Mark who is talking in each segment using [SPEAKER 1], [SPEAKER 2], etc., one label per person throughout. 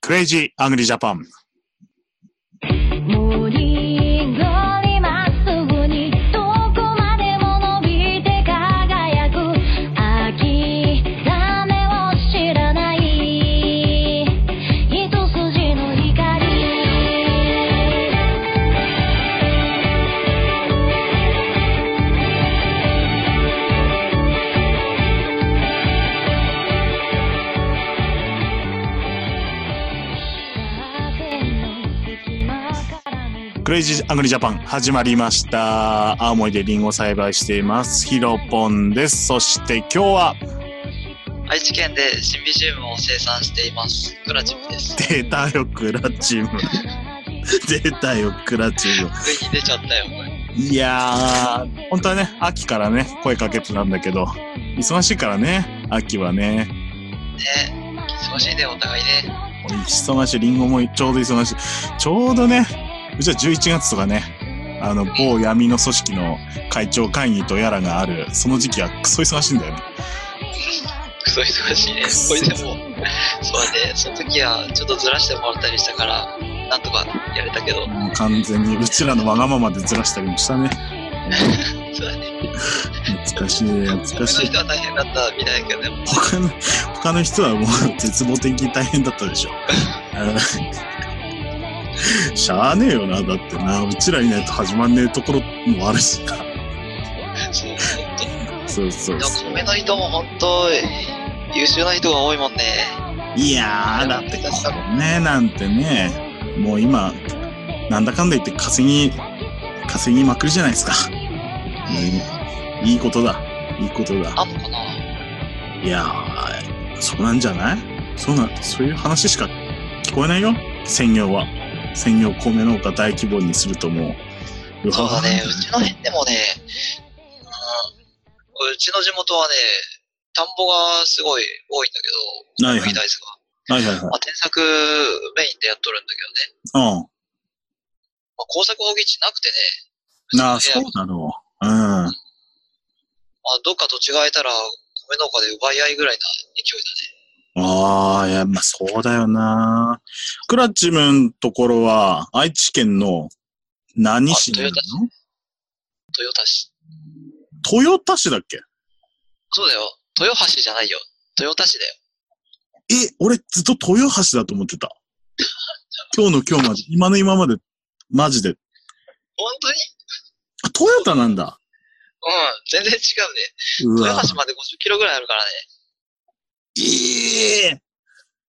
[SPEAKER 1] クレイジーアングリージャパン。
[SPEAKER 2] 無理がりまっすぐにどこまでも伸びて輝く諦めを知らない一筋の光
[SPEAKER 1] クレイジーアングリージャパン始まりました。青森でリンゴ栽培しています。ヒロポンです。そして今日は
[SPEAKER 3] 愛知県でシンビジウムを生産しています。クラチムです。
[SPEAKER 1] 出たよ、クラチーム。 出たよ、クラチーム。
[SPEAKER 3] ついに出ちゃったよ、これ。
[SPEAKER 1] いやー、本当はね、秋からね、声かけてたんだけど、忙しいからね、秋はね。
[SPEAKER 3] ね忙しいね、お互いね。
[SPEAKER 1] 忙しい、リンゴもちょうど忙しい。ちょうどね、うちは11月とかね、あの、某闇の組織の会長会議とやらがある、その時期はクソ忙しいんだよね。
[SPEAKER 3] クソ忙しいね。これでも、そうだね、その時はちょっとずらしてもらったりしたから、なんとかやれたけど、
[SPEAKER 1] もう完全に、うちらのわがままでずらしたりもしたね。
[SPEAKER 3] そうだね。
[SPEAKER 1] 懐かしい、懐
[SPEAKER 3] 他
[SPEAKER 1] か
[SPEAKER 3] の
[SPEAKER 1] しい。
[SPEAKER 3] 人は大変だったみたいだけど、でも、
[SPEAKER 1] 他の、他の人はもう絶望的に大変だったでしょ。しゃあねえよな、だってな。うちらいないと始まんねえところもあるしな。
[SPEAKER 3] そう、本当に。
[SPEAKER 1] そうそう
[SPEAKER 3] でも
[SPEAKER 1] そ、う。
[SPEAKER 3] 米の人も本当、優秀な人が多いもんね。
[SPEAKER 1] いやー、だって米なんてね、もう今、なんだかんだ言って稼ぎ、稼ぎまくりじゃないですか。うん、いいことだ。いいことだ。
[SPEAKER 3] あんのかない
[SPEAKER 1] やー、そうなんじゃないそうなん、そういう話しか聞こえないよ。専業は。専業米農家大規模にするともう。
[SPEAKER 3] そうだ ね、うちの辺でもね、うん、うちの地元はね、田んぼがすごい多いんだけど、
[SPEAKER 1] はいはい
[SPEAKER 3] 麦大豆が。
[SPEAKER 1] はいはいはい。
[SPEAKER 3] まあ、添削メインでやっとるんだけどね。
[SPEAKER 1] うん。
[SPEAKER 3] まあ、工作放棄地なくてね。
[SPEAKER 1] なあ、
[SPEAKER 3] ち
[SPEAKER 1] そ
[SPEAKER 3] の部屋
[SPEAKER 1] うだろう。うん。
[SPEAKER 3] まあ、どっか土地が空いたら、米農家で奪い合いぐらいな勢いだね。
[SPEAKER 1] ああ、いや、まあそうだよな。クラッチムのところは、愛知県の何市になる
[SPEAKER 3] あ
[SPEAKER 1] の
[SPEAKER 3] 豊田市。
[SPEAKER 1] 豊田市だっけ
[SPEAKER 3] そうだよ。豊橋じゃないよ。豊田市だよ。
[SPEAKER 1] え、俺ずっと豊橋だと思ってた。 今日の今日まで、今の今まで、マジで。
[SPEAKER 3] 本当に
[SPEAKER 1] あ、豊田なんだ。
[SPEAKER 3] うん。全然違うね。
[SPEAKER 1] うわ
[SPEAKER 3] 豊。橋まで50キロぐらいあるからね。
[SPEAKER 1] ええ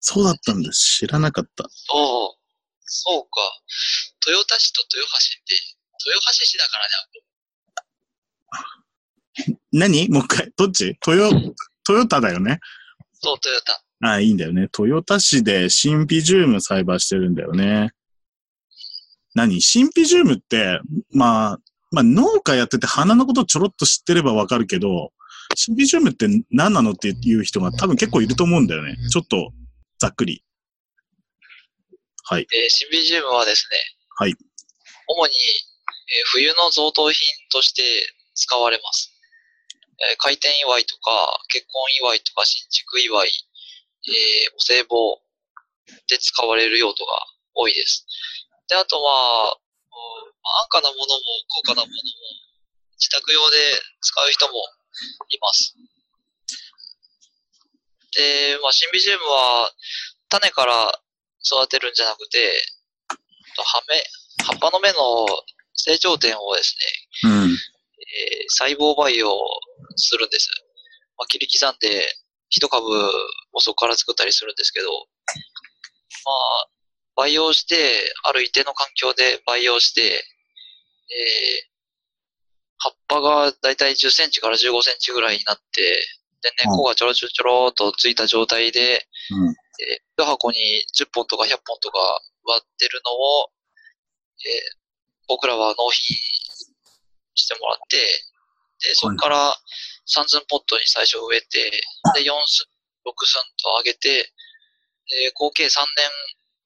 [SPEAKER 1] そうだったんだ。知らなかった。
[SPEAKER 3] おうそうか。豊田市と豊橋って、豊橋市だからね。
[SPEAKER 1] 何もう一回。どっち豊、 豊田だよね。
[SPEAKER 3] そう、豊田。
[SPEAKER 1] ああ、いいんだよね。豊田市でシンピジウム栽培してるんだよね。何シンピジウムって、まあ、まあ農家やってて花のことちょろっと知ってればわかるけど、シンピジウムって何なのっていう人が多分結構いると思うんだよね。ちょっと、ざっくり。はい。
[SPEAKER 3] えーシンビジウムはですね。
[SPEAKER 1] はい
[SPEAKER 3] 主に、えー冬の贈答品として使われます。えー開店祝いとか、結婚祝いとか、新築祝い、えーお歳暮で使われる用途が多いです。で、あとは、うん安価なものも高価なものも、自宅用で使う人もいます。で、まあ、シンビジウムは、種から育てるんじゃなくて、葉芽、葉っぱの芽の成長点をです
[SPEAKER 1] うん。
[SPEAKER 3] ね、えー細胞培養するんです。まあ、切り刻んで、一株もそこから作ったりするんですけど、まあ、培養して、ある一定の環境で培養して、えー葉っぱがだいたい10センチから15センチぐらいになって、で、
[SPEAKER 1] うん
[SPEAKER 3] 根っこがちょろちょろちょろっとついた状態で、
[SPEAKER 1] うん。
[SPEAKER 3] えー一箱に10本とか100本とか割ってるのを、えー僕らは納品してもらって、で、そこから3寸ポットに最初植えて、で、4寸、6寸と上げて、で、合計3年、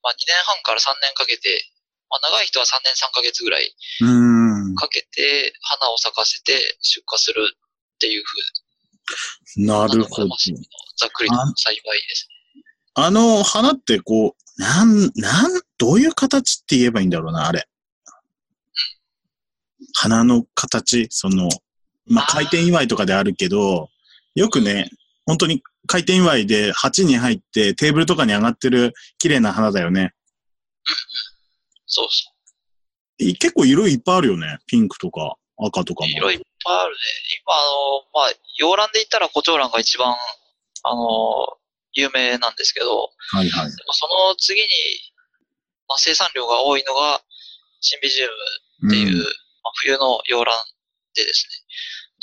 [SPEAKER 3] まあ2年半から3年かけて、まあ長い人は3年3ヶ月ぐらいう
[SPEAKER 1] ーん。
[SPEAKER 3] かけて花を咲かせて出荷するっていうふう
[SPEAKER 1] なるほど。
[SPEAKER 3] ざっくりの栽培ですね。
[SPEAKER 1] あの、花ってこう、なん、なん、どういう形って言えばいいんだろうな、あれ。花の形、その、まあ、
[SPEAKER 3] あー
[SPEAKER 1] 回転祝いとかであるけど、よくね、本当に回転祝いで鉢に入ってテーブルとかに上がってる綺麗な花だよね。
[SPEAKER 3] そうそ
[SPEAKER 1] い結構色いっぱいあるよね。ピンクとか赤とかも。
[SPEAKER 3] う。色いっぱいあるね。今、あの、まあ、洋蘭で言ったら胡蝶蘭が一番、あの、有名なんですけど、
[SPEAKER 1] はいはい。
[SPEAKER 3] でもその次に、まあ、生産量が多いのが、シンビジウムっていう、
[SPEAKER 1] ん
[SPEAKER 3] まあ、冬の洋蘭でです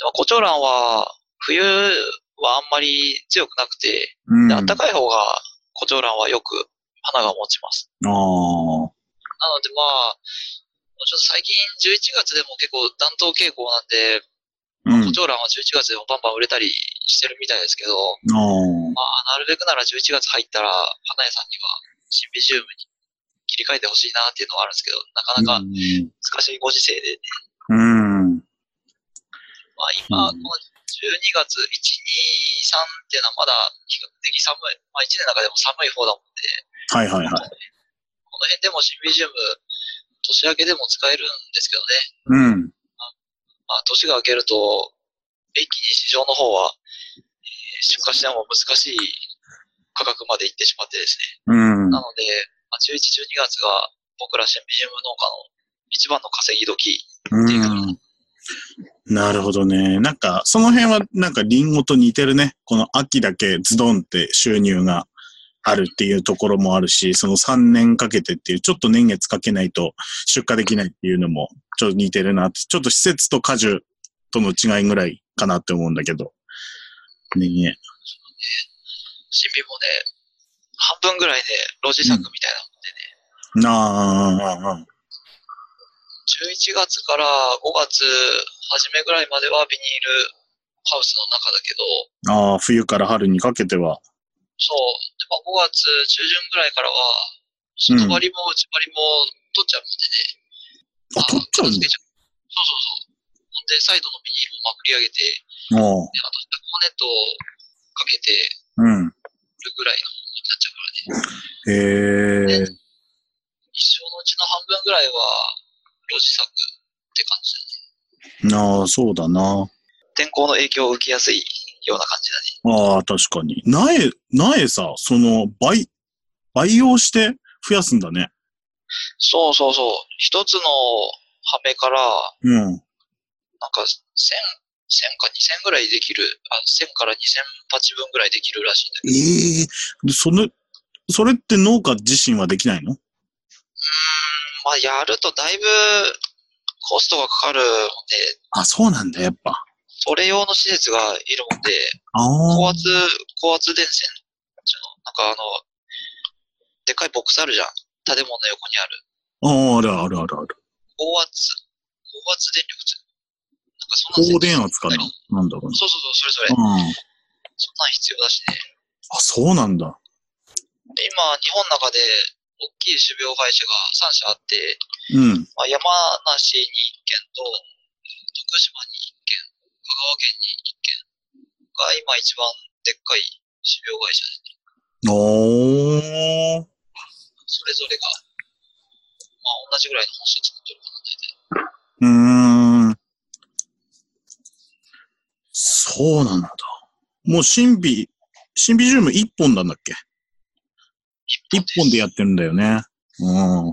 [SPEAKER 3] ね。でまあ、胡蝶蘭は、冬はあんまり強くなくて、
[SPEAKER 1] うん。
[SPEAKER 3] で暖かい方が胡蝶蘭はよく花が持ちます。
[SPEAKER 1] ああ。
[SPEAKER 3] なのでまあ、ちょっと最近11月でも結構暖冬傾向なんで、
[SPEAKER 1] うん。
[SPEAKER 3] 胡蝶蘭は11月でもバンバン売れたりしてるみたいですけど、
[SPEAKER 1] あ
[SPEAKER 3] まあ、なるべくなら11月入ったら、花屋さんにはシンビジウムに切り替えてほしいなっていうのはあるんですけど、なか
[SPEAKER 1] あ。う
[SPEAKER 3] なか
[SPEAKER 1] ん
[SPEAKER 3] 難しいご時世で、
[SPEAKER 1] うん。
[SPEAKER 3] まあ今、こ
[SPEAKER 1] うん
[SPEAKER 3] の12月1、2、3っていうのはまだ比較的寒い、まあ1年の中でも寒い方だもんで、
[SPEAKER 1] はいはいはい。
[SPEAKER 3] この辺でもシンビジウム、年明けでも使えるんですけどね、
[SPEAKER 1] うん。
[SPEAKER 3] まあ、年が明けると、一気に市場の方は、えー出荷しても難しい価格まで行ってしまってです
[SPEAKER 1] うん
[SPEAKER 3] ね。な。ので、まあ、11、12月が僕ら新 BM 農家の一番の稼ぎ時。
[SPEAKER 1] うん。なるほどね。なんか、その辺はなんかリンゴと似てるね。この秋だけズドンって収入があるっていうところもあるし、その3年かけてっていう、ちょっと年月かけないと出荷できないっていうのもちょっと似てるなって。ちょっと施設と果樹との違いぐらいかなって思うんだけど。ねえ。
[SPEAKER 3] 新 BM もね、半分ぐらいね、路地作みたいなので
[SPEAKER 1] な
[SPEAKER 3] ね、
[SPEAKER 1] あ、
[SPEAKER 3] 11月から5月初めぐらいまではビニールハウスの中だけど、
[SPEAKER 1] ああ、冬から春にかけては。
[SPEAKER 3] そう、でまあ、5月中旬ぐらいからは、外張りも内張りも取っちゃう
[SPEAKER 1] あ、
[SPEAKER 3] もんでね、
[SPEAKER 1] 取っちゃうん
[SPEAKER 3] 片
[SPEAKER 1] だ
[SPEAKER 3] 付けちゃうそうそうそう。ほんで、サイドのビニールをまくり上げて、で。
[SPEAKER 1] ああ
[SPEAKER 3] あと、コネットをかけてる
[SPEAKER 1] うん。
[SPEAKER 3] ぐらいのになっちゃうから
[SPEAKER 1] へえ。
[SPEAKER 3] ね。一生のうちの半分ぐらいは、路地作って感じ
[SPEAKER 1] なあ、そうだな。
[SPEAKER 3] だね。天候の影響を受けやすいような感じだね。
[SPEAKER 1] ああ、確かに。苗、苗さ、その、培、培養して増やすんだね。
[SPEAKER 3] そうそうそう。一つの羽目から、
[SPEAKER 1] うん。
[SPEAKER 3] なんか、1000、1000か2000ぐらいできる、あ、1000から2000鉢分ぐらいできるらしいんだけ
[SPEAKER 1] え
[SPEAKER 3] ど、
[SPEAKER 1] えその、それって農家自身はできないの
[SPEAKER 3] まあ、やるとだいぶコストがかかるので、
[SPEAKER 1] あ、そうなんだ、やっぱ。
[SPEAKER 3] それ用の施設がいるもんで、
[SPEAKER 1] あ
[SPEAKER 3] 高
[SPEAKER 1] あ。
[SPEAKER 3] 圧、高圧電線ちょっとなんかあの、でっかいボックスあるじゃん。建物の横
[SPEAKER 1] あ
[SPEAKER 3] にある。
[SPEAKER 1] あ、あるあるあるある。
[SPEAKER 3] 高圧、高圧電力ってなんかそんな
[SPEAKER 1] 高電圧かな
[SPEAKER 3] そう
[SPEAKER 1] なんだろう
[SPEAKER 3] そうそう、それぞれ。
[SPEAKER 1] な。うん。
[SPEAKER 3] そんなん必要だしね。
[SPEAKER 1] あ、そうなんだ。
[SPEAKER 3] で今、日本の中で大きい種苗会社が3社あって、
[SPEAKER 1] うん。
[SPEAKER 3] まあ、山梨に1軒と、徳島に1軒、香川県に1軒が今一番でっかい種苗会社で
[SPEAKER 1] おー。
[SPEAKER 3] それぞれが、まあ、同じぐらいの本数作ってるかなって。
[SPEAKER 1] うーん。そうなんだ。もう、新備、新備ジウム一本なんだっけ一本でやってるんだよね。うん。
[SPEAKER 3] まあ、ほん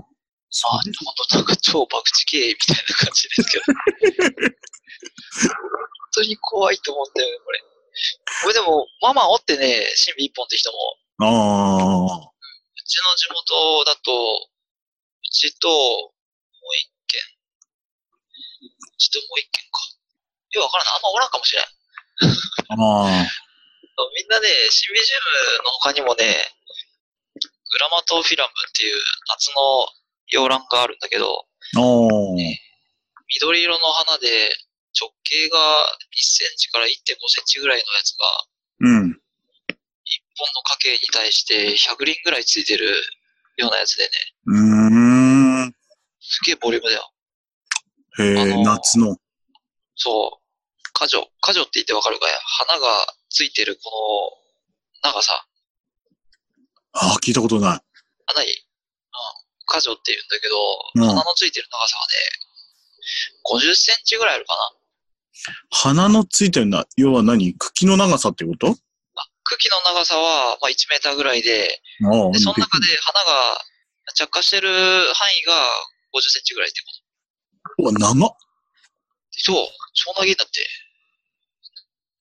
[SPEAKER 3] となんか超博打経営みたいな感じですけど。本当に怖いと思ったよね、これ。これでも、ママおってね、新備一本って人も、
[SPEAKER 1] ああ。
[SPEAKER 3] うちの地元だと、うちと、もう一軒。うちともう一軒か。よくわからない。あんまおらんかもしれん。
[SPEAKER 1] あ
[SPEAKER 3] みんなね、シンビジウムの他にもね、グラマトフィラムっていう夏の洋蘭があるんだけど、
[SPEAKER 1] あ。おー
[SPEAKER 3] 緑色の花で直径が1センチから1.5センチぐらいのやつが、
[SPEAKER 1] うん。
[SPEAKER 3] 1本の家計に対して100輪ぐらいついてるようなやつでね、
[SPEAKER 1] うーん。
[SPEAKER 3] すげえボリュームだよ。
[SPEAKER 1] へえ、
[SPEAKER 3] あのー
[SPEAKER 1] 夏の。
[SPEAKER 3] そう。果樹。果樹って言ってわかるかい花がついてるこの長さ。
[SPEAKER 1] ああ、聞いたことない。
[SPEAKER 3] あ、ないうん。カジョって言うんだけど、
[SPEAKER 1] うん
[SPEAKER 3] 鼻のついてる長さがね、50センチぐらいあるかな。
[SPEAKER 1] 鼻のついてるな、要は何茎の長さってこと
[SPEAKER 3] まあ、茎の長さは、まあ、1メーターぐらいで、
[SPEAKER 1] ああ、
[SPEAKER 3] でその中で花が着火してる範囲が50センチぐらいってこ
[SPEAKER 1] うわ、長っ。
[SPEAKER 3] と。そう、超長いんだって。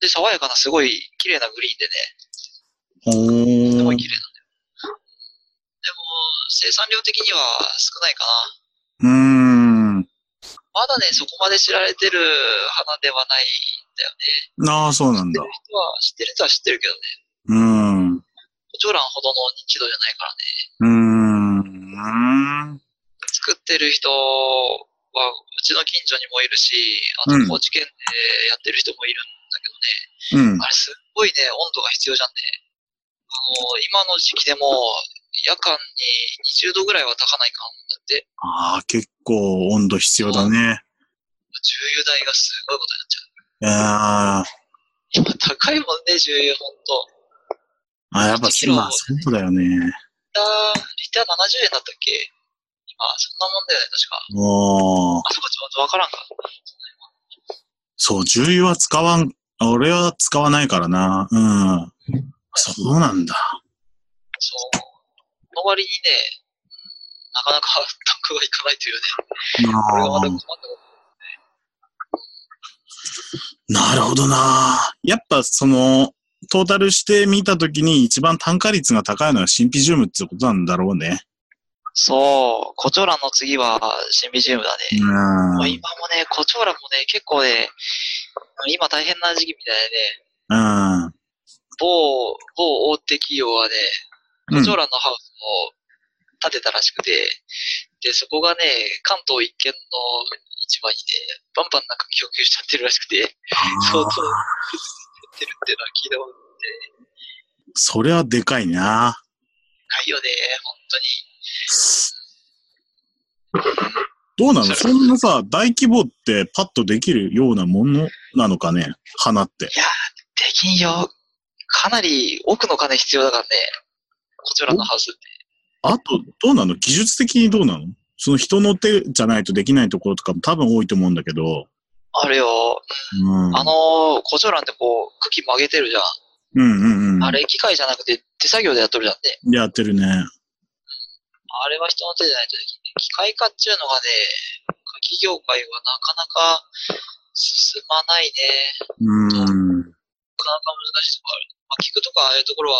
[SPEAKER 3] で、爽やかな、すごい綺麗なグリーンでね、
[SPEAKER 1] お
[SPEAKER 3] すごい
[SPEAKER 1] ー
[SPEAKER 3] 綺麗なんだよ。でも、生産量的には少ないかな。
[SPEAKER 1] うーん。
[SPEAKER 3] まだね、そこまで知られてる花ではないんだよね。
[SPEAKER 1] ああ、そうなん
[SPEAKER 3] 知って
[SPEAKER 1] だ
[SPEAKER 3] る。人は、知ってる人は知ってるけどね、
[SPEAKER 1] うーん。う
[SPEAKER 3] コチョウランほどの認知度じゃな
[SPEAKER 1] ーん。
[SPEAKER 3] いからね。
[SPEAKER 1] うーん
[SPEAKER 3] 作ってる人は、うちの近所にもいるし、あと
[SPEAKER 1] うん
[SPEAKER 3] 高知県でやってる人もいるんだけどね、
[SPEAKER 1] うん。
[SPEAKER 3] あれすっごいね、温度が必要じゃんね。あの、今の時期でも、夜間に20度ぐらいは炊かないかんだっ
[SPEAKER 1] あ
[SPEAKER 3] て、
[SPEAKER 1] あ、結構温度必要だね。
[SPEAKER 3] 重油代がすごいことになっちゃう。
[SPEAKER 1] あ
[SPEAKER 3] 今高いもんね、重油、ほんと。
[SPEAKER 1] あ、あやっぱ、
[SPEAKER 3] 1キロ
[SPEAKER 1] まあ、そうだよね。
[SPEAKER 3] リター、リター70円だったっけ今、そんなもんだよね、確か。
[SPEAKER 1] おー
[SPEAKER 3] あ、そこちょっとわからんか。
[SPEAKER 1] そう、重油は使わん、俺は使わないからな。うん。そうなんだ。
[SPEAKER 3] そう。その割にね、なかなかタンクがいかないというね。これがま
[SPEAKER 1] あ
[SPEAKER 3] た
[SPEAKER 1] ー
[SPEAKER 3] 困ったこと。
[SPEAKER 1] なるほどな。やっぱ、その、トータルして見たときに一番単価率が高いのはシンピジウムってことなんだろうね。
[SPEAKER 3] そう、コチョウランの次はシンビジウムだ
[SPEAKER 1] う
[SPEAKER 3] ね。
[SPEAKER 1] ん。
[SPEAKER 3] ま
[SPEAKER 1] う
[SPEAKER 3] あ
[SPEAKER 1] ん。
[SPEAKER 3] 今もね、コチョウランもね、結構ね、今大変な時期みたいでね、
[SPEAKER 1] あ
[SPEAKER 3] 某、某大手企業はね、
[SPEAKER 1] うん
[SPEAKER 3] コチョウランのハウスを建てたらしくて、で、そこがね、関東一軒の市場にね、バンバンなんか供給しちゃってるらしくて、相当、
[SPEAKER 1] ー
[SPEAKER 3] 売ってるっていうのは聞いたこと
[SPEAKER 1] それはでかいな。
[SPEAKER 3] ないよね、本当に。
[SPEAKER 1] どうなのそんなさ、大規模ってパッとできるようなものなのかね花って。
[SPEAKER 3] できんよ。かなり奥の金必要だからね。こちらのハウスって。
[SPEAKER 1] あと、どうなの技術的にどうなのその人の手じゃないとできないところとかも多分多いと思うんだけど。
[SPEAKER 3] あるよ。
[SPEAKER 1] うん。
[SPEAKER 3] あのー、コチョウランってこう、茎曲げてるじゃん。
[SPEAKER 1] うんうんうん。
[SPEAKER 3] あれ、機械じゃなくて手作業でやっとるじゃんね。
[SPEAKER 1] やってるね。
[SPEAKER 3] あれは人の手じゃないとできんね。機械化っちゅうのがね、柿業界はなかなか進まないね。
[SPEAKER 1] うん。
[SPEAKER 3] なかなか難しいところある。まあ、聞くとか、ああいうところは、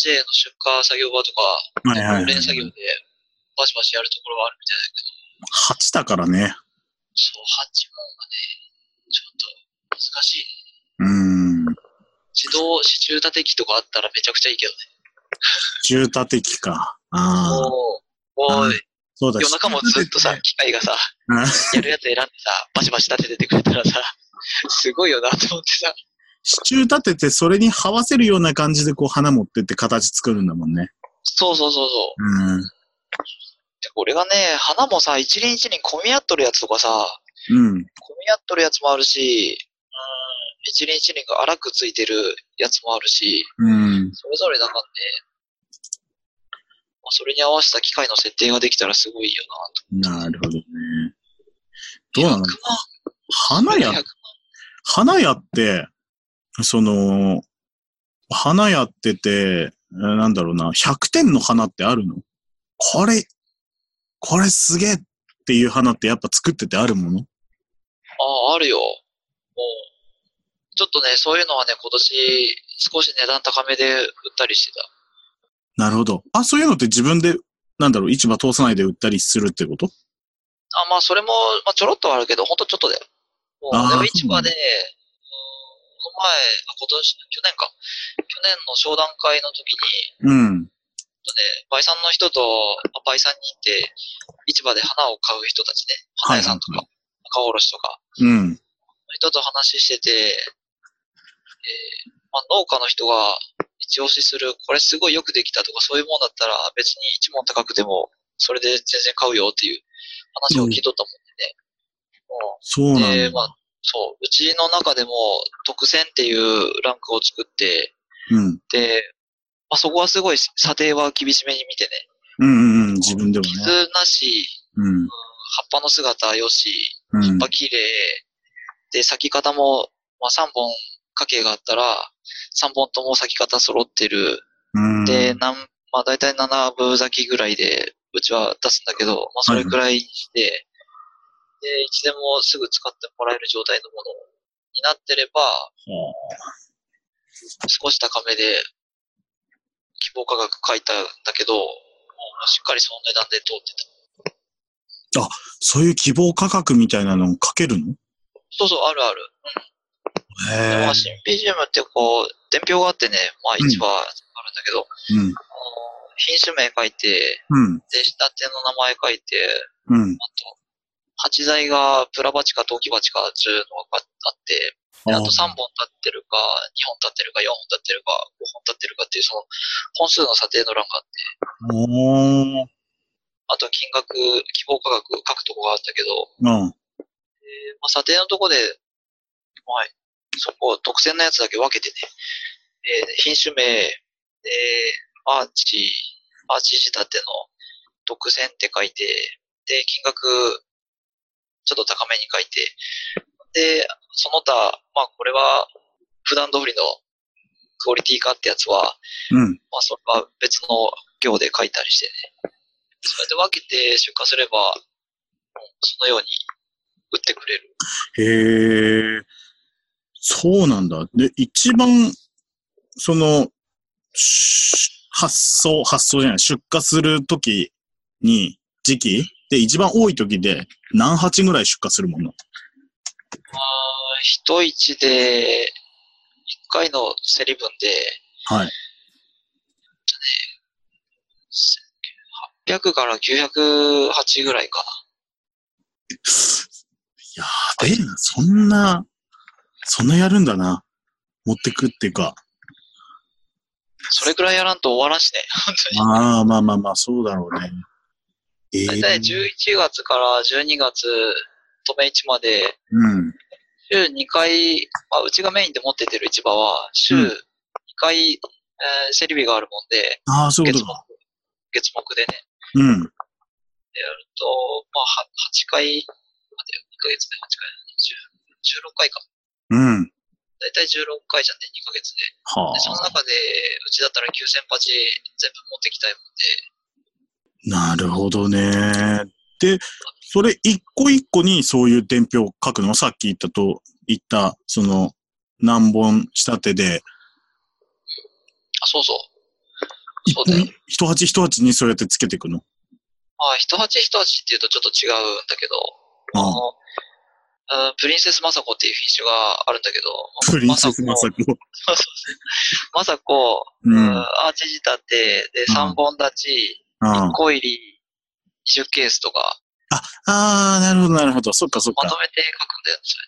[SPEAKER 3] J の出荷作業場とか、
[SPEAKER 1] はいはい、はい
[SPEAKER 3] 連。作業でバシバシやるところはあるみたいだけど、
[SPEAKER 1] 蜂だからね。
[SPEAKER 3] そう、ハチモンがね、ちょっと難しい。
[SPEAKER 1] うん。
[SPEAKER 3] 自動支柱立て機とかあったらめちゃくちゃいいけどね。
[SPEAKER 1] 重多的か。ああ。
[SPEAKER 3] もう、も
[SPEAKER 1] う
[SPEAKER 3] うん
[SPEAKER 1] そうだ
[SPEAKER 3] 夜中もずっとさ、機械がさ、やるやつ選んでさ、バシバシ立てててくれたらさ、すごいよなと思ってさ、
[SPEAKER 1] 支柱立てて、それに這わせるような感じでこう花持ってって形作るんだもんね。
[SPEAKER 3] そうそうそうそう。
[SPEAKER 1] うん。
[SPEAKER 3] で俺がね、花もさ、一輪一輪混み合っとるやつとかさ、
[SPEAKER 1] うん。
[SPEAKER 3] 混み合っとるやつもあるし、うん、一輪一輪が荒くついてるやつもあるし、
[SPEAKER 1] うん。
[SPEAKER 3] それぞれだからね、まあ、それに合わせた機械の設定ができたらすごいよなと。
[SPEAKER 1] なるほどね。どうなの
[SPEAKER 3] 100万
[SPEAKER 1] 花
[SPEAKER 3] 100
[SPEAKER 1] 屋
[SPEAKER 3] 万、
[SPEAKER 1] 花屋って、その、花屋ってて、えーなんだろうな、100点の花ってあるのこれ、これすげえっていう花ってやっぱ作っててあるもの
[SPEAKER 3] ああ、あるよ。もう、ちょっとね、そういうのはね、今年少し値段高めで売ったりしてた。
[SPEAKER 1] なるほど。あ、そういうのって自分で、なんだろう、市場通さないで売ったりするってこと
[SPEAKER 3] あまあ、それも、まあ、ちょろっとはあるけど、ほんとちょっとだよ。も
[SPEAKER 1] あー
[SPEAKER 3] う、でも市場で、
[SPEAKER 1] そ
[SPEAKER 3] うんこの前、あ今年、去年か。去年の商談会の時に、
[SPEAKER 1] うん。
[SPEAKER 3] ね、バイさんの人と、まあバイさんに行って、市場で花を買う人たちね、
[SPEAKER 1] は
[SPEAKER 3] 花
[SPEAKER 1] い
[SPEAKER 3] 屋さんとか、赤卸とか、
[SPEAKER 1] うん。
[SPEAKER 3] 人と話してて、えーまあ、農家の人が一押しする、これすごいよくできたとかそういうもんだったら別に一問高くても、それで全然買うよっていう話を聞いとったも
[SPEAKER 1] そうなんん
[SPEAKER 3] でね。
[SPEAKER 1] だ。
[SPEAKER 3] で、まあ、そう、うちの中でも特選っていうランクを作って、
[SPEAKER 1] うん。
[SPEAKER 3] で、まあ、そこはすごい査定は厳しめに見てね。
[SPEAKER 1] うんうんうん、自分でも
[SPEAKER 3] 傷
[SPEAKER 1] ね。
[SPEAKER 3] なし、
[SPEAKER 1] うん。
[SPEAKER 3] 葉っぱの姿よし、
[SPEAKER 1] うん
[SPEAKER 3] 葉っぱ綺麗。で、咲き方も、まあ、3本掛けがあったら、3本とも咲き方揃ってる。
[SPEAKER 1] うん。
[SPEAKER 3] で、なん、まあ、大体7分咲きぐらいで、うちは出すんだけど、まあ、それくらいにして、で、いつでもすぐ使ってもらえる状態のものになってれば、
[SPEAKER 1] は
[SPEAKER 3] 少し高めで、希望価格書いたんだけど、もうしっかりその値段で通ってた。
[SPEAKER 1] あそういう希望価格みたいなのをかけるの
[SPEAKER 3] そうそう、あるある。
[SPEAKER 1] へ
[SPEAKER 3] でま
[SPEAKER 1] え
[SPEAKER 3] あ、。新 PGM ってこう、伝票があってね、まあ、
[SPEAKER 1] うん
[SPEAKER 3] 1話あるんだけど、
[SPEAKER 1] うん。
[SPEAKER 3] あの品種名書いて、
[SPEAKER 1] うん。
[SPEAKER 3] で、仕立ての名前書いて、
[SPEAKER 1] うん。
[SPEAKER 3] あと、鉢材がプラ鉢か陶器鉢かっていうのがあって、であと3本立ってるか、2本立ってるか、4本立ってるか、5本立ってるかっていう、その、本数の査定の欄があって、
[SPEAKER 1] おー。
[SPEAKER 3] あと金額、希望価格書くとこがあったけど、
[SPEAKER 1] うん。
[SPEAKER 3] えーまあ、査定のとこで、まあ、そこ、特選のやつだけ分けてね、えー品種名、えーアーチ、アーチ仕立ての特選って書いて、で、金額、ちょっと高めに書いて、で、その他、まあ、これは、普段通りのクオリティ化ってやつは、
[SPEAKER 1] うん。
[SPEAKER 3] まあ、それは別の行で書いたりしてね。それで分けて出荷すれば、うんそのように売ってくれ
[SPEAKER 1] へ
[SPEAKER 3] る。
[SPEAKER 1] え。そうなんだ。で、一番、その、し発送、発送じゃない、出荷するときに、時期で、一番多いときで、何鉢ぐらい出荷するもの
[SPEAKER 3] まあ、一市で、一回の競り分で、
[SPEAKER 1] はい。
[SPEAKER 3] 800から908ぐらいか
[SPEAKER 1] やべえな、そんな、そんなやるんだな。持ってくっていうか。
[SPEAKER 3] な。それくらいやらんと終わらんしね、本
[SPEAKER 1] まあまあまあまあ、そうだろうね。ええ
[SPEAKER 3] 当に。大体11月から12月、止め市まで、
[SPEAKER 1] うん。
[SPEAKER 3] 週2回、まあ、うちがメインで持っててる市場は、週
[SPEAKER 1] うん
[SPEAKER 3] 2回、えー競り日があるもんで、
[SPEAKER 1] ああ、そういうこと
[SPEAKER 3] 月木
[SPEAKER 1] か。、
[SPEAKER 3] 月木でね、
[SPEAKER 1] うん。
[SPEAKER 3] やると、まあ、は8回、待てよ、2ヶ月で8回なんで、10 16回か。
[SPEAKER 1] うん。
[SPEAKER 3] だいたい16回じゃんね、2ヶ月で。
[SPEAKER 1] は
[SPEAKER 3] でその
[SPEAKER 1] あ。
[SPEAKER 3] 中で、うちだったら9000鉢全部持ってきたいもんで、
[SPEAKER 1] なるほどね。で、それ一個一個にそういう伝票を書くのさっき言ったと、言った、その、何本仕立てで、
[SPEAKER 3] あ、そうそう。
[SPEAKER 1] 一
[SPEAKER 3] そうだよ。
[SPEAKER 1] 一鉢一鉢にそうやってつけていくの。
[SPEAKER 3] まあ、一鉢一鉢っていうとちょっと違うんだけど、あ
[SPEAKER 1] ああ
[SPEAKER 3] の、うんプリンセスマサコっていう品種があるんだけど、
[SPEAKER 1] プリンセスまさ
[SPEAKER 3] コ。
[SPEAKER 1] こ。
[SPEAKER 3] マサコ、
[SPEAKER 1] う。
[SPEAKER 3] うんん
[SPEAKER 1] あ
[SPEAKER 3] アーチ仕立て、で、
[SPEAKER 1] うん
[SPEAKER 3] 3本立ち、
[SPEAKER 1] あ
[SPEAKER 3] 1。個入り、20ケースとか、
[SPEAKER 1] ああ、なるほど、なるほど。そっか、そっ
[SPEAKER 3] ま
[SPEAKER 1] か
[SPEAKER 3] と。めて書くんだよ、そ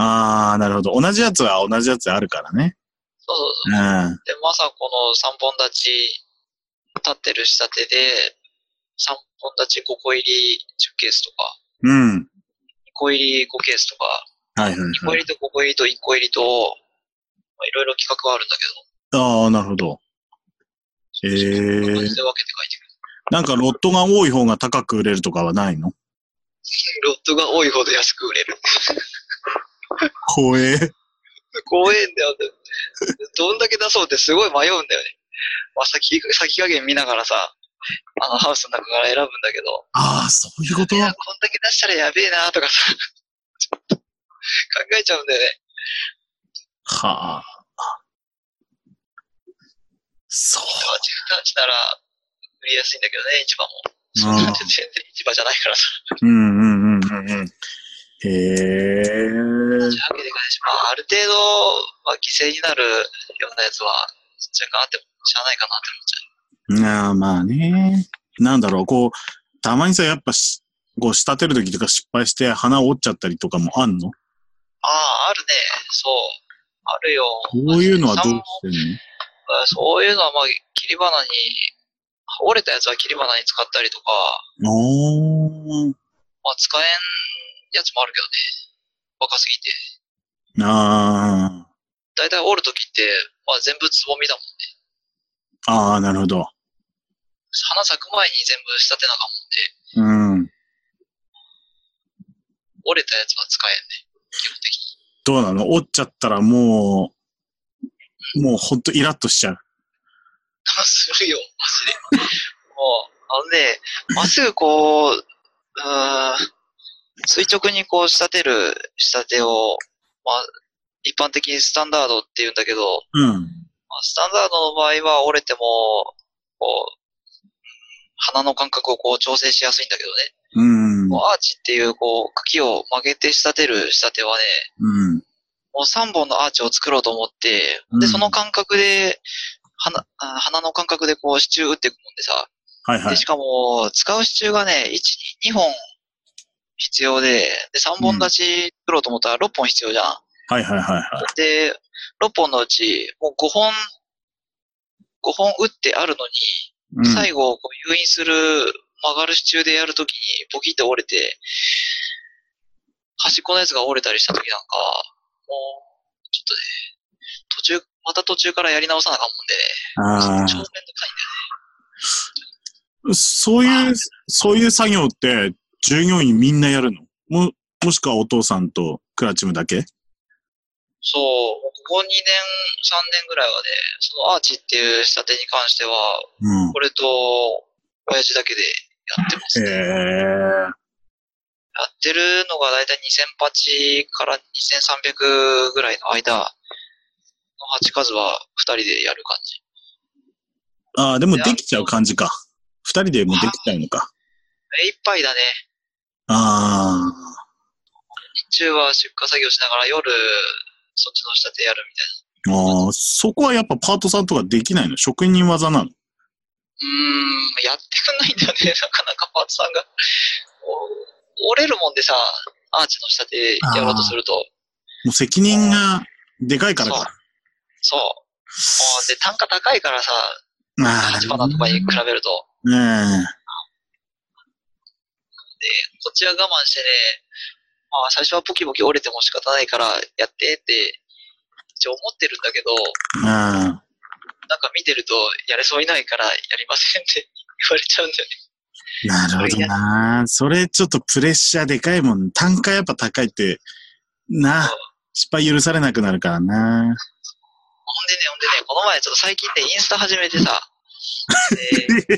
[SPEAKER 3] れ。
[SPEAKER 1] ああ、なるほど。同じやつは同じやつあるからね。
[SPEAKER 3] そうそうそう
[SPEAKER 1] う。ん。
[SPEAKER 3] で、まさこの3本立ち、立ってる仕立てで、3本立ち5個入り10ケースとか、
[SPEAKER 1] うん。
[SPEAKER 3] 2個入り5ケースとか、
[SPEAKER 1] はいはい
[SPEAKER 3] 2個
[SPEAKER 1] は
[SPEAKER 3] 入
[SPEAKER 1] い。
[SPEAKER 3] りと5個入りと1個入りと、まあ、いろいろ企画はあるんだ
[SPEAKER 1] ああ、なるほど。
[SPEAKER 3] けど、
[SPEAKER 1] へー
[SPEAKER 3] そんな感じで分けて書いてく
[SPEAKER 1] なんかロットが多い方が高く売れるとかはないの
[SPEAKER 3] る。ロットが多いほど安く売れる。
[SPEAKER 1] 怖え。
[SPEAKER 3] 怖えんだよ、だってどんだけ出そうってすごい迷うんだよね。まあ、先、先加減見ながらさ、あの、ハウスの中から選ぶんだけど、
[SPEAKER 1] ああ、そういうこと
[SPEAKER 3] いや、こんだけ出したらやべえなとかさ、ちょっと考えちゃうんだよね。
[SPEAKER 1] はあ。そ
[SPEAKER 3] 友達負担したら売りやすいんだけどね、市場も。
[SPEAKER 1] うん
[SPEAKER 3] 全然市場じゃないからさ。
[SPEAKER 1] う。うんうんうんうんうん。へえ。
[SPEAKER 3] じゃあ、でかいし、まあ、ある程度、まあ、犠牲になるようなやつは、若干あってもしゃあないかなって思っちゃ
[SPEAKER 1] な
[SPEAKER 3] う。
[SPEAKER 1] あ、まあね。なんだろう、こう、たまにさ、やっぱし、こう、仕立てるときとか失敗して鼻折っちゃったりとかもあんの
[SPEAKER 3] ああ、あるね。そう。あるよ。
[SPEAKER 1] こういうのはどうしてんの
[SPEAKER 3] あそういうのは、まあ、切り花に、折れたやつは切り花に使ったりとか、
[SPEAKER 1] おー。
[SPEAKER 3] まあ、使えんやつもあるけどね。若すぎて。
[SPEAKER 1] ああ。
[SPEAKER 3] 大体折るときって、まあ、全部つぼみだもんね。
[SPEAKER 1] ああ、なるほど。
[SPEAKER 3] 花咲く前に全部仕立てなあかんもん
[SPEAKER 1] う
[SPEAKER 3] で、
[SPEAKER 1] ん。
[SPEAKER 3] 折れたやつは使えんね。基本的に。
[SPEAKER 1] どうなの折っちゃったらもう、もうほんとイラッとしちゃう。
[SPEAKER 3] するよ、マジで。もう、あのね、まっすぐこう、うーん、垂直にこう仕立てる仕立てを、まあ、一般的にスタンダードって言うんだけど、
[SPEAKER 1] うん。
[SPEAKER 3] まあ、スタンダードの場合は折れても、こう、鼻の感覚をこう調整しやすいんだけどね。
[SPEAKER 1] うん。
[SPEAKER 3] こうアーチっていうこう茎を曲げて仕立てる仕立てはね、
[SPEAKER 1] うん。
[SPEAKER 3] もう3本のアーチを作ろうと思って、
[SPEAKER 1] う
[SPEAKER 3] で、
[SPEAKER 1] ん
[SPEAKER 3] その感覚で、鼻、あ鼻の感覚でこう支柱打っていくもんでさ、
[SPEAKER 1] はいはい
[SPEAKER 3] で、。しかも、使う支柱がね、1、2本必要で、で、3本立ち作ろうと思ったら6本必要じゃん。
[SPEAKER 1] はいはいはいはい。
[SPEAKER 3] で、6本のうち、もう5本、5本打ってあるの
[SPEAKER 1] うん
[SPEAKER 3] に、最後、こう、誘引する、曲がる支柱でやるときに、ポキッと折れて、端っこのやつが折れたりしたときなんか、もう、ちょっとね、途中、また途中からやり直さなあかんも
[SPEAKER 1] あ
[SPEAKER 3] んでね、超
[SPEAKER 1] ー
[SPEAKER 3] 面倒くさいんだよ
[SPEAKER 1] そういう、そういう作業って従業員みんなやるのも、もしくはお父さんとクラチムだけ
[SPEAKER 3] そう、ここ2年、3年ぐらいはね、そのアーチっていう仕立てに関しては、
[SPEAKER 1] うん。
[SPEAKER 3] これと、親父だけでやってます
[SPEAKER 1] え
[SPEAKER 3] ね。や
[SPEAKER 1] え
[SPEAKER 3] ってるのがだいたい2000鉢から2300ぐらいの間の鉢数は2人でやる感じ。
[SPEAKER 1] ああ、でもできちゃう感じか。二人でもできちゃうのか。
[SPEAKER 3] 目いっぱいだね。
[SPEAKER 1] ああ。
[SPEAKER 3] 日中は出荷作業しながら夜、そっちの仕立てやるみたいな。
[SPEAKER 1] ああ、そこはやっぱパートさんとかできないの職人技なの
[SPEAKER 3] うーん、やってくんないんだよね、 なかなかパートさんが。お折れるもんでさ、アーチの仕立てやろうとすると。
[SPEAKER 1] もう責任がでかいから
[SPEAKER 3] そう
[SPEAKER 1] か。
[SPEAKER 3] そう。も うで、単価高いからさ、
[SPEAKER 1] あ
[SPEAKER 3] 立
[SPEAKER 1] あ、
[SPEAKER 3] 花とかに比べると、
[SPEAKER 1] ね
[SPEAKER 3] こっちは我慢してね、まあ最初はポキポキ折れても仕方ないからやってって、一応思ってるんだけど、
[SPEAKER 1] え。うん。
[SPEAKER 3] なんか見てると、やれそういないからやりませんって 言われちゃうんだよね。
[SPEAKER 1] なるほどな。それちょっとプレッシャーでかいもん。単価やっぱ高いって、な
[SPEAKER 3] そう、
[SPEAKER 1] 失敗許されなくなるからな。
[SPEAKER 3] ほんでね、ほんでね、この前ちょっと最近ね、インスタ始めてさ、 で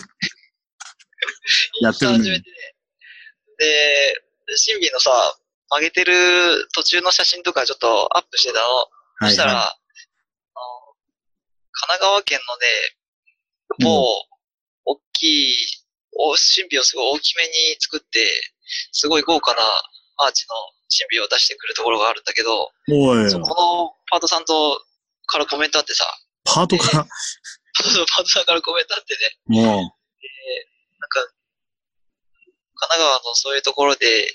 [SPEAKER 3] イ
[SPEAKER 1] や
[SPEAKER 3] ン
[SPEAKER 1] っ
[SPEAKER 3] ス
[SPEAKER 1] て
[SPEAKER 3] タ
[SPEAKER 1] るね
[SPEAKER 3] 始めてね、で、シンビのさ、曲げてる途中の写真とかちょっとアップしてたの。そ
[SPEAKER 1] はい
[SPEAKER 3] したら、
[SPEAKER 1] は
[SPEAKER 3] あの神奈川県のね、某、大きい、お神秘をすごい大きめに作って、すごい豪華なアーチの神秘を出してくるところがあるんだけど、
[SPEAKER 1] い。おい
[SPEAKER 3] そ、このパートさんとからコメントあってさ、
[SPEAKER 1] パートか。
[SPEAKER 3] パートさんからコメントあってね、
[SPEAKER 1] もう。
[SPEAKER 3] なんか、神奈川のそういうところで、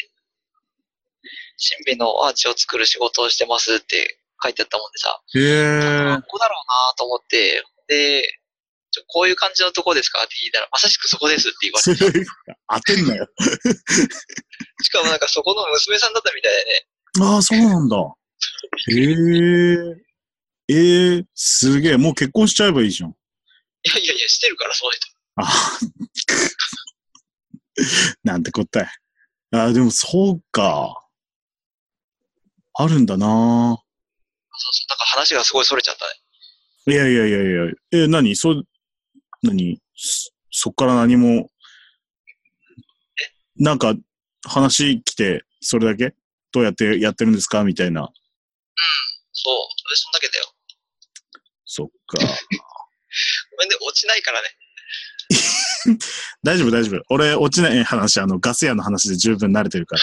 [SPEAKER 3] 神秘のアーチを作る仕事をしてますって書いてあったもんでさ、
[SPEAKER 1] へ
[SPEAKER 3] あ
[SPEAKER 1] え。
[SPEAKER 3] ここだろうなと思って、で、ちょこういう感じのとこですかって聞いたら、まさしくそこですって言われて、
[SPEAKER 1] 当てんなよ。
[SPEAKER 3] しかもなんかそこの娘さんだったみたいでね、
[SPEAKER 1] ああ、そうなんだ。へえ。ええ、すげえ。もう結婚しちゃえばいいじゃん。
[SPEAKER 3] いやいやいや、してるからその人。
[SPEAKER 1] あ なんてこったい。あ、でもそうか。あるんだな
[SPEAKER 3] そうそう、なんか話がすごい逸れちゃったね。
[SPEAKER 1] いやいやいやいや。え、何そう、何そそっから何も。なんか、話来て、それだけどうやってやってるんですかみたいな。
[SPEAKER 3] そう、そんだけだよ。
[SPEAKER 1] そっか。
[SPEAKER 3] ごめんね、落ちないからね。
[SPEAKER 1] 大丈夫大丈夫。俺、落ちない話、あの、ガス屋の話で十分慣れてるから。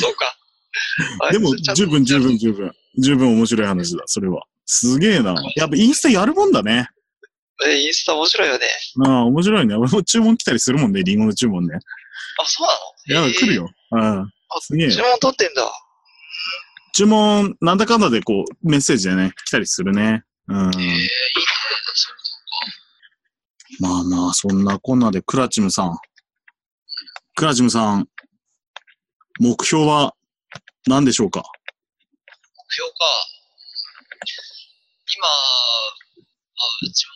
[SPEAKER 3] そうか。あ
[SPEAKER 1] でも
[SPEAKER 3] ちゃ、んと
[SPEAKER 1] 十分、十分、十分。十分面白い話だ、それは。すげえな。やっぱインスタやるもんだね。
[SPEAKER 3] え、インスタ面白いよね。
[SPEAKER 1] ああ、面白いね。俺も注文来たりするもんね、リンゴの注文ね。
[SPEAKER 3] あ、そう
[SPEAKER 1] い
[SPEAKER 3] な
[SPEAKER 1] や、
[SPEAKER 3] の
[SPEAKER 1] 来る。よ。うん。
[SPEAKER 3] えーあ、
[SPEAKER 1] すげえ
[SPEAKER 3] 注文取ってんだ。
[SPEAKER 1] 注文、なんだかんだでこう、メッセージでね、来たりするね。うん。
[SPEAKER 3] えー、いいね。そう
[SPEAKER 1] まあまあ、そんなこんなで、クラチムさん。クラチムさん、目標は何でしょうか
[SPEAKER 3] 目標か。今、あうちも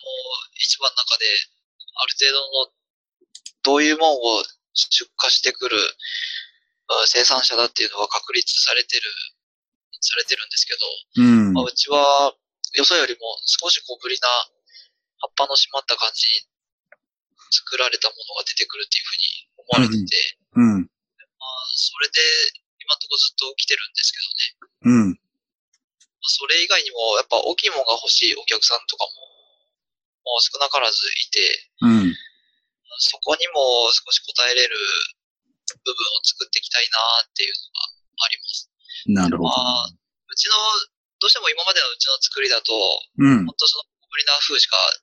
[SPEAKER 3] 市場の中で、ある程度の、どういうもんを出荷してくる、あ生産者だっていうのは確立されてる、されてるんですけど、
[SPEAKER 1] うん
[SPEAKER 3] まあ、うちは、よそよりも少し小ぶりな葉っぱの締まった感じに作られたものが出てくるっていうふうに思われてて、
[SPEAKER 1] うん。
[SPEAKER 3] まあ、それで今のところずっと来てるんですけ
[SPEAKER 1] うん。
[SPEAKER 3] どね、まあそれ以外にもやっぱ大きいものが欲しいお客さんとかも、もう少なからずいて、
[SPEAKER 1] うん。
[SPEAKER 3] そこにも少し応えれる部分を作っていきたいなっていう
[SPEAKER 1] な
[SPEAKER 3] のがあります。
[SPEAKER 1] るほ
[SPEAKER 3] ま
[SPEAKER 1] ど。
[SPEAKER 3] あ、うちの、どうしても今までのうちの作りだと、
[SPEAKER 1] うん
[SPEAKER 3] 本。当その小ぶりな風しかうん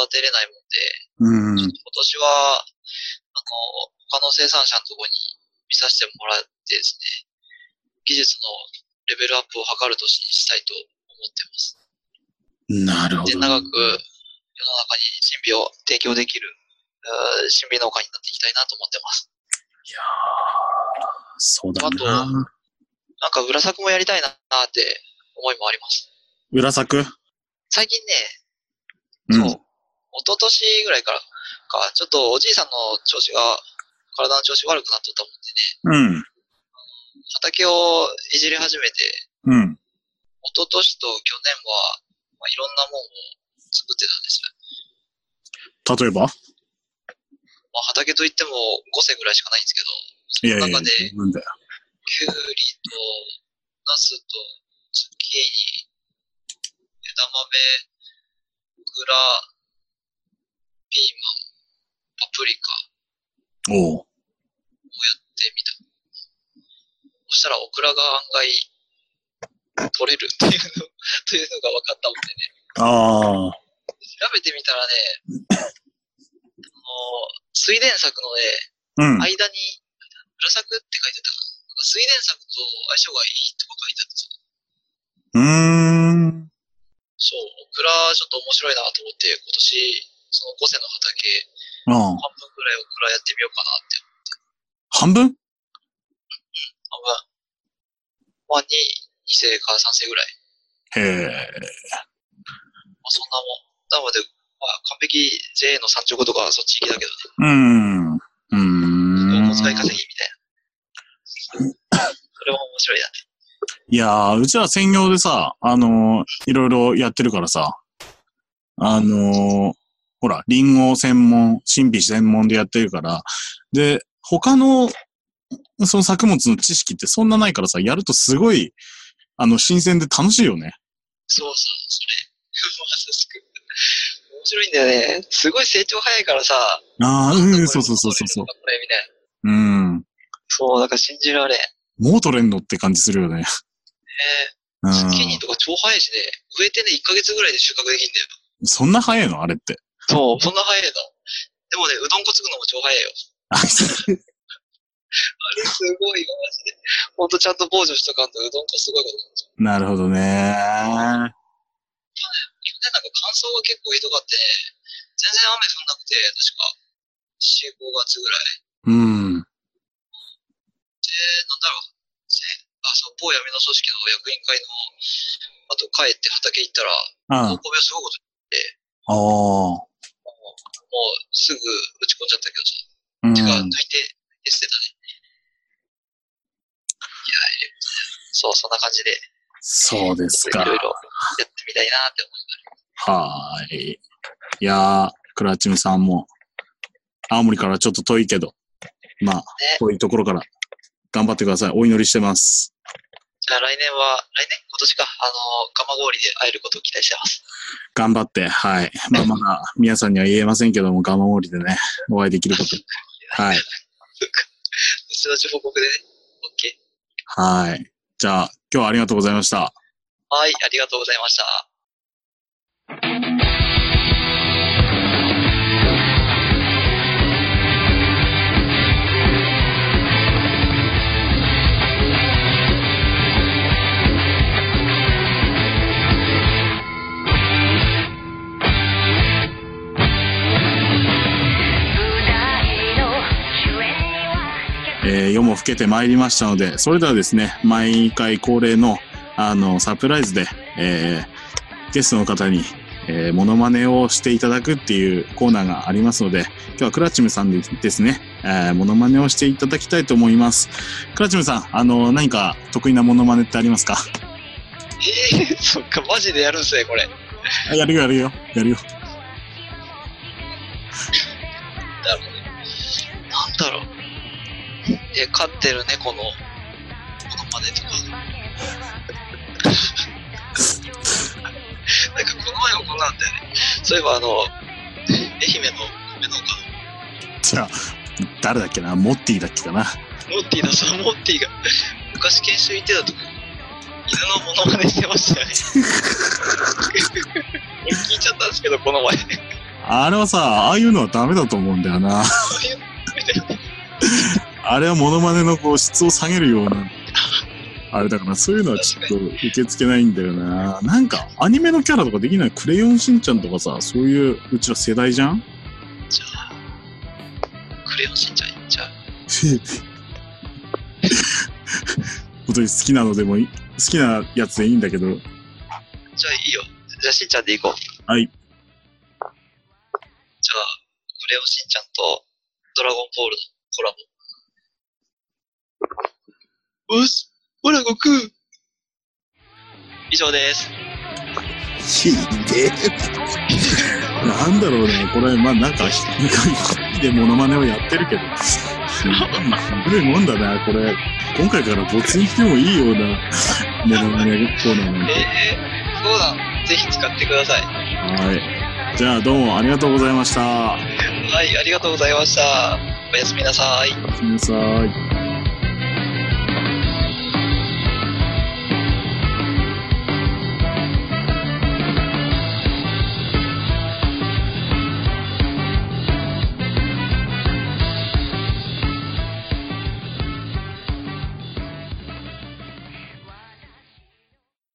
[SPEAKER 3] 育てれないもんで、
[SPEAKER 1] うん。
[SPEAKER 3] 今年は、あの、他の生産者のところに見させてもらってですね、技術のレベルアップを図る年にしたいと思ってます。
[SPEAKER 1] なるほ
[SPEAKER 3] で、
[SPEAKER 1] ど。
[SPEAKER 3] 長く世の中に神秘を提供できる、うん神秘農家になっていきたいなと思ってます。
[SPEAKER 1] そうだな。
[SPEAKER 3] なんか、裏作もやりたいなって思いもあります。
[SPEAKER 1] 裏作
[SPEAKER 3] 最近
[SPEAKER 1] う
[SPEAKER 3] ね、そう。
[SPEAKER 1] ん
[SPEAKER 3] 一。昨年ぐらいからか、ちょっとおじいさんの調子が、体の調子悪くなっとったもんでね、
[SPEAKER 1] うん。
[SPEAKER 3] 畑をいじり始めて、
[SPEAKER 1] うん。
[SPEAKER 3] 一昨年と去年は、まあ、いろんなもんを作ってたんです。
[SPEAKER 1] 例えば
[SPEAKER 3] まあ、畑といっても5世ぐらいしかないんです
[SPEAKER 1] い
[SPEAKER 3] けど、
[SPEAKER 1] やいや
[SPEAKER 3] そ
[SPEAKER 1] い
[SPEAKER 3] の
[SPEAKER 1] や
[SPEAKER 3] 中で、
[SPEAKER 1] なんだよ。
[SPEAKER 3] きゅうりと、ナスと、ズッキーニ、枝豆、グラ、ピーマン、パプリカ、
[SPEAKER 1] おう。
[SPEAKER 3] ってみた。そしたら、オクラが案外、取れるっていうの、というのが分かったも
[SPEAKER 1] あ
[SPEAKER 3] んでね。
[SPEAKER 1] あ。
[SPEAKER 3] 調べてみたらね、あの、水田作の
[SPEAKER 1] う
[SPEAKER 3] ね、
[SPEAKER 1] ん。
[SPEAKER 3] 間に、裏作って書いてたかな。なんか水田作と相性がいいとか書いてあったんですよ
[SPEAKER 1] うーん。
[SPEAKER 3] そう、オクラちょっと面白いなと思って、今年、その五世の畑、
[SPEAKER 1] ああ。
[SPEAKER 3] 半分くらいオクラやってみようかなって。
[SPEAKER 1] 半分
[SPEAKER 3] 半分。まあ、2、2世か3世ぐらい。
[SPEAKER 1] へえ。
[SPEAKER 3] まあ、そんなもん。なので、まあ、完璧 JA の産直とかはそっち行きだけど
[SPEAKER 1] うーん。うー
[SPEAKER 3] ね。
[SPEAKER 1] ん
[SPEAKER 3] お。小遣い稼ぎみたいな。それも面白いな。
[SPEAKER 1] いやー、うちは専業でさ、あのーいろいろやってるからさ、あのーほら、リンゴ専門、神秘専門でやってるから、で、他の、その作物の知識ってそんなないからさ、やるとすごい、あの、新鮮で楽しいよね。
[SPEAKER 3] そうそう、それ。 まさしく。面白いんだよね。すごい成長早いからさ。
[SPEAKER 1] ああ、う
[SPEAKER 3] これ
[SPEAKER 1] ん、
[SPEAKER 3] も
[SPEAKER 1] そうそうそうそうそう。
[SPEAKER 3] これみたいな。
[SPEAKER 1] うん。
[SPEAKER 3] そう、だから信じられん。
[SPEAKER 1] もう取れんのって感じするよね。う
[SPEAKER 3] えー、ズッキーニ
[SPEAKER 1] ん。
[SPEAKER 3] とか超早いしね。植えてね、1ヶ月ぐらいで収穫できんだよ。
[SPEAKER 1] そんな早いのあれって。
[SPEAKER 3] そう、そんな早いの。でもね、うどんこつくのも超早いよ。
[SPEAKER 1] あ
[SPEAKER 3] あれすごいよ、マジで。ほんとちゃんと防除しとかんと、うどんこすごいことになっち ゃう
[SPEAKER 1] なるほどね
[SPEAKER 3] 去年なんか乾燥が結構ひどかって、全然雨降んなくて、確か、4、5月ぐらい。
[SPEAKER 1] うん。
[SPEAKER 3] で、なんだろう、せあ、そう、某闇の組織の役員会の、あと帰って畑行ったら、
[SPEAKER 1] あ
[SPEAKER 3] お米をすごいこと、
[SPEAKER 1] あー。
[SPEAKER 3] もうすぐ打ち込んじゃったけ
[SPEAKER 1] うん。
[SPEAKER 3] どさ、てか、抜いて、抜いて捨てたね。いや、ええそう、そんな感じで、
[SPEAKER 1] そうです
[SPEAKER 3] い
[SPEAKER 1] か。
[SPEAKER 3] ろいろやってみたいなって思い
[SPEAKER 1] はーい。いやー、クラチムさんも、青森からちょっと遠いけど、まあ、遠いところから頑張ってください。お祈りしてます。
[SPEAKER 3] じゃあ来年は、来年今年か、あの、蒲氷で会えることを期待してます。
[SPEAKER 1] 頑張って、はい。まあ、まだ、皆さんには言えませんけども、ガマりでね、お会いできる こと。はい。
[SPEAKER 3] 後々報告でね。OK。
[SPEAKER 1] はい。じゃあ、今日はありがとうございました。
[SPEAKER 3] はい、ありがとうございました。
[SPEAKER 1] えー夜も更けてまいりましたので、それではですね、毎回恒例の、あの、サプライズで、えーゲストの方に、えー、モノマネをしていただくっていうコーナーがありますので、今日はクラチムさんでですね、えー、モノマネをしていただきたいと思います。クラチムさん、あの、何か得意なモノマネってありますか
[SPEAKER 3] えー、そっか、マジでやるんすね、これ。
[SPEAKER 1] あやるよ、やるよ、やるよ。
[SPEAKER 3] なるほど。なんだろう。えー、飼ってる猫の、モノマネとか。なんか、この前もこんなんだよね。そういえば、あの、愛媛の米農家、
[SPEAKER 1] じゃあ、誰だっけなモッティだっけかな
[SPEAKER 3] モッティだ、そのモッティが、昔研修行ってた時に、犬のモノマネしてましたよね。俺聞いちゃったんですけど、この前。
[SPEAKER 1] あれはさ、ああいうのはダメだと思うんだよな。あれはモノマネのこう質を下げるような。あれだから、そういうのはちょっと受け付けないんだよな。なんか、アニメのキャラとかできないクレヨンしんちゃんとかさ、そういう、うちら世代じゃん
[SPEAKER 3] じゃあ、クレヨンしんちゃん行っちゃう。
[SPEAKER 1] 本当に好きなのでもいい、好きなやつでいいんだけど、
[SPEAKER 3] じゃあいいよ。じゃあしんちゃんで行こう。
[SPEAKER 1] はい
[SPEAKER 3] じゃあ、クレヨンしんちゃんとドラゴンボールのコラボ。よし、ほら、悟空以上です。
[SPEAKER 1] ひでえ。なんだろうね、これ、まあなんか、ひでモノマネをやってるけど、すごいもんだな、これ。今回から没にしてもいいようなモノマネコーナーなん
[SPEAKER 3] え
[SPEAKER 1] で。
[SPEAKER 3] ー、そうだ。ぜひ使ってください。
[SPEAKER 1] はい。じゃあどうもありがとうございました。
[SPEAKER 3] はい、ありがとうございました。おやすみなさい。
[SPEAKER 1] おやすみなさい。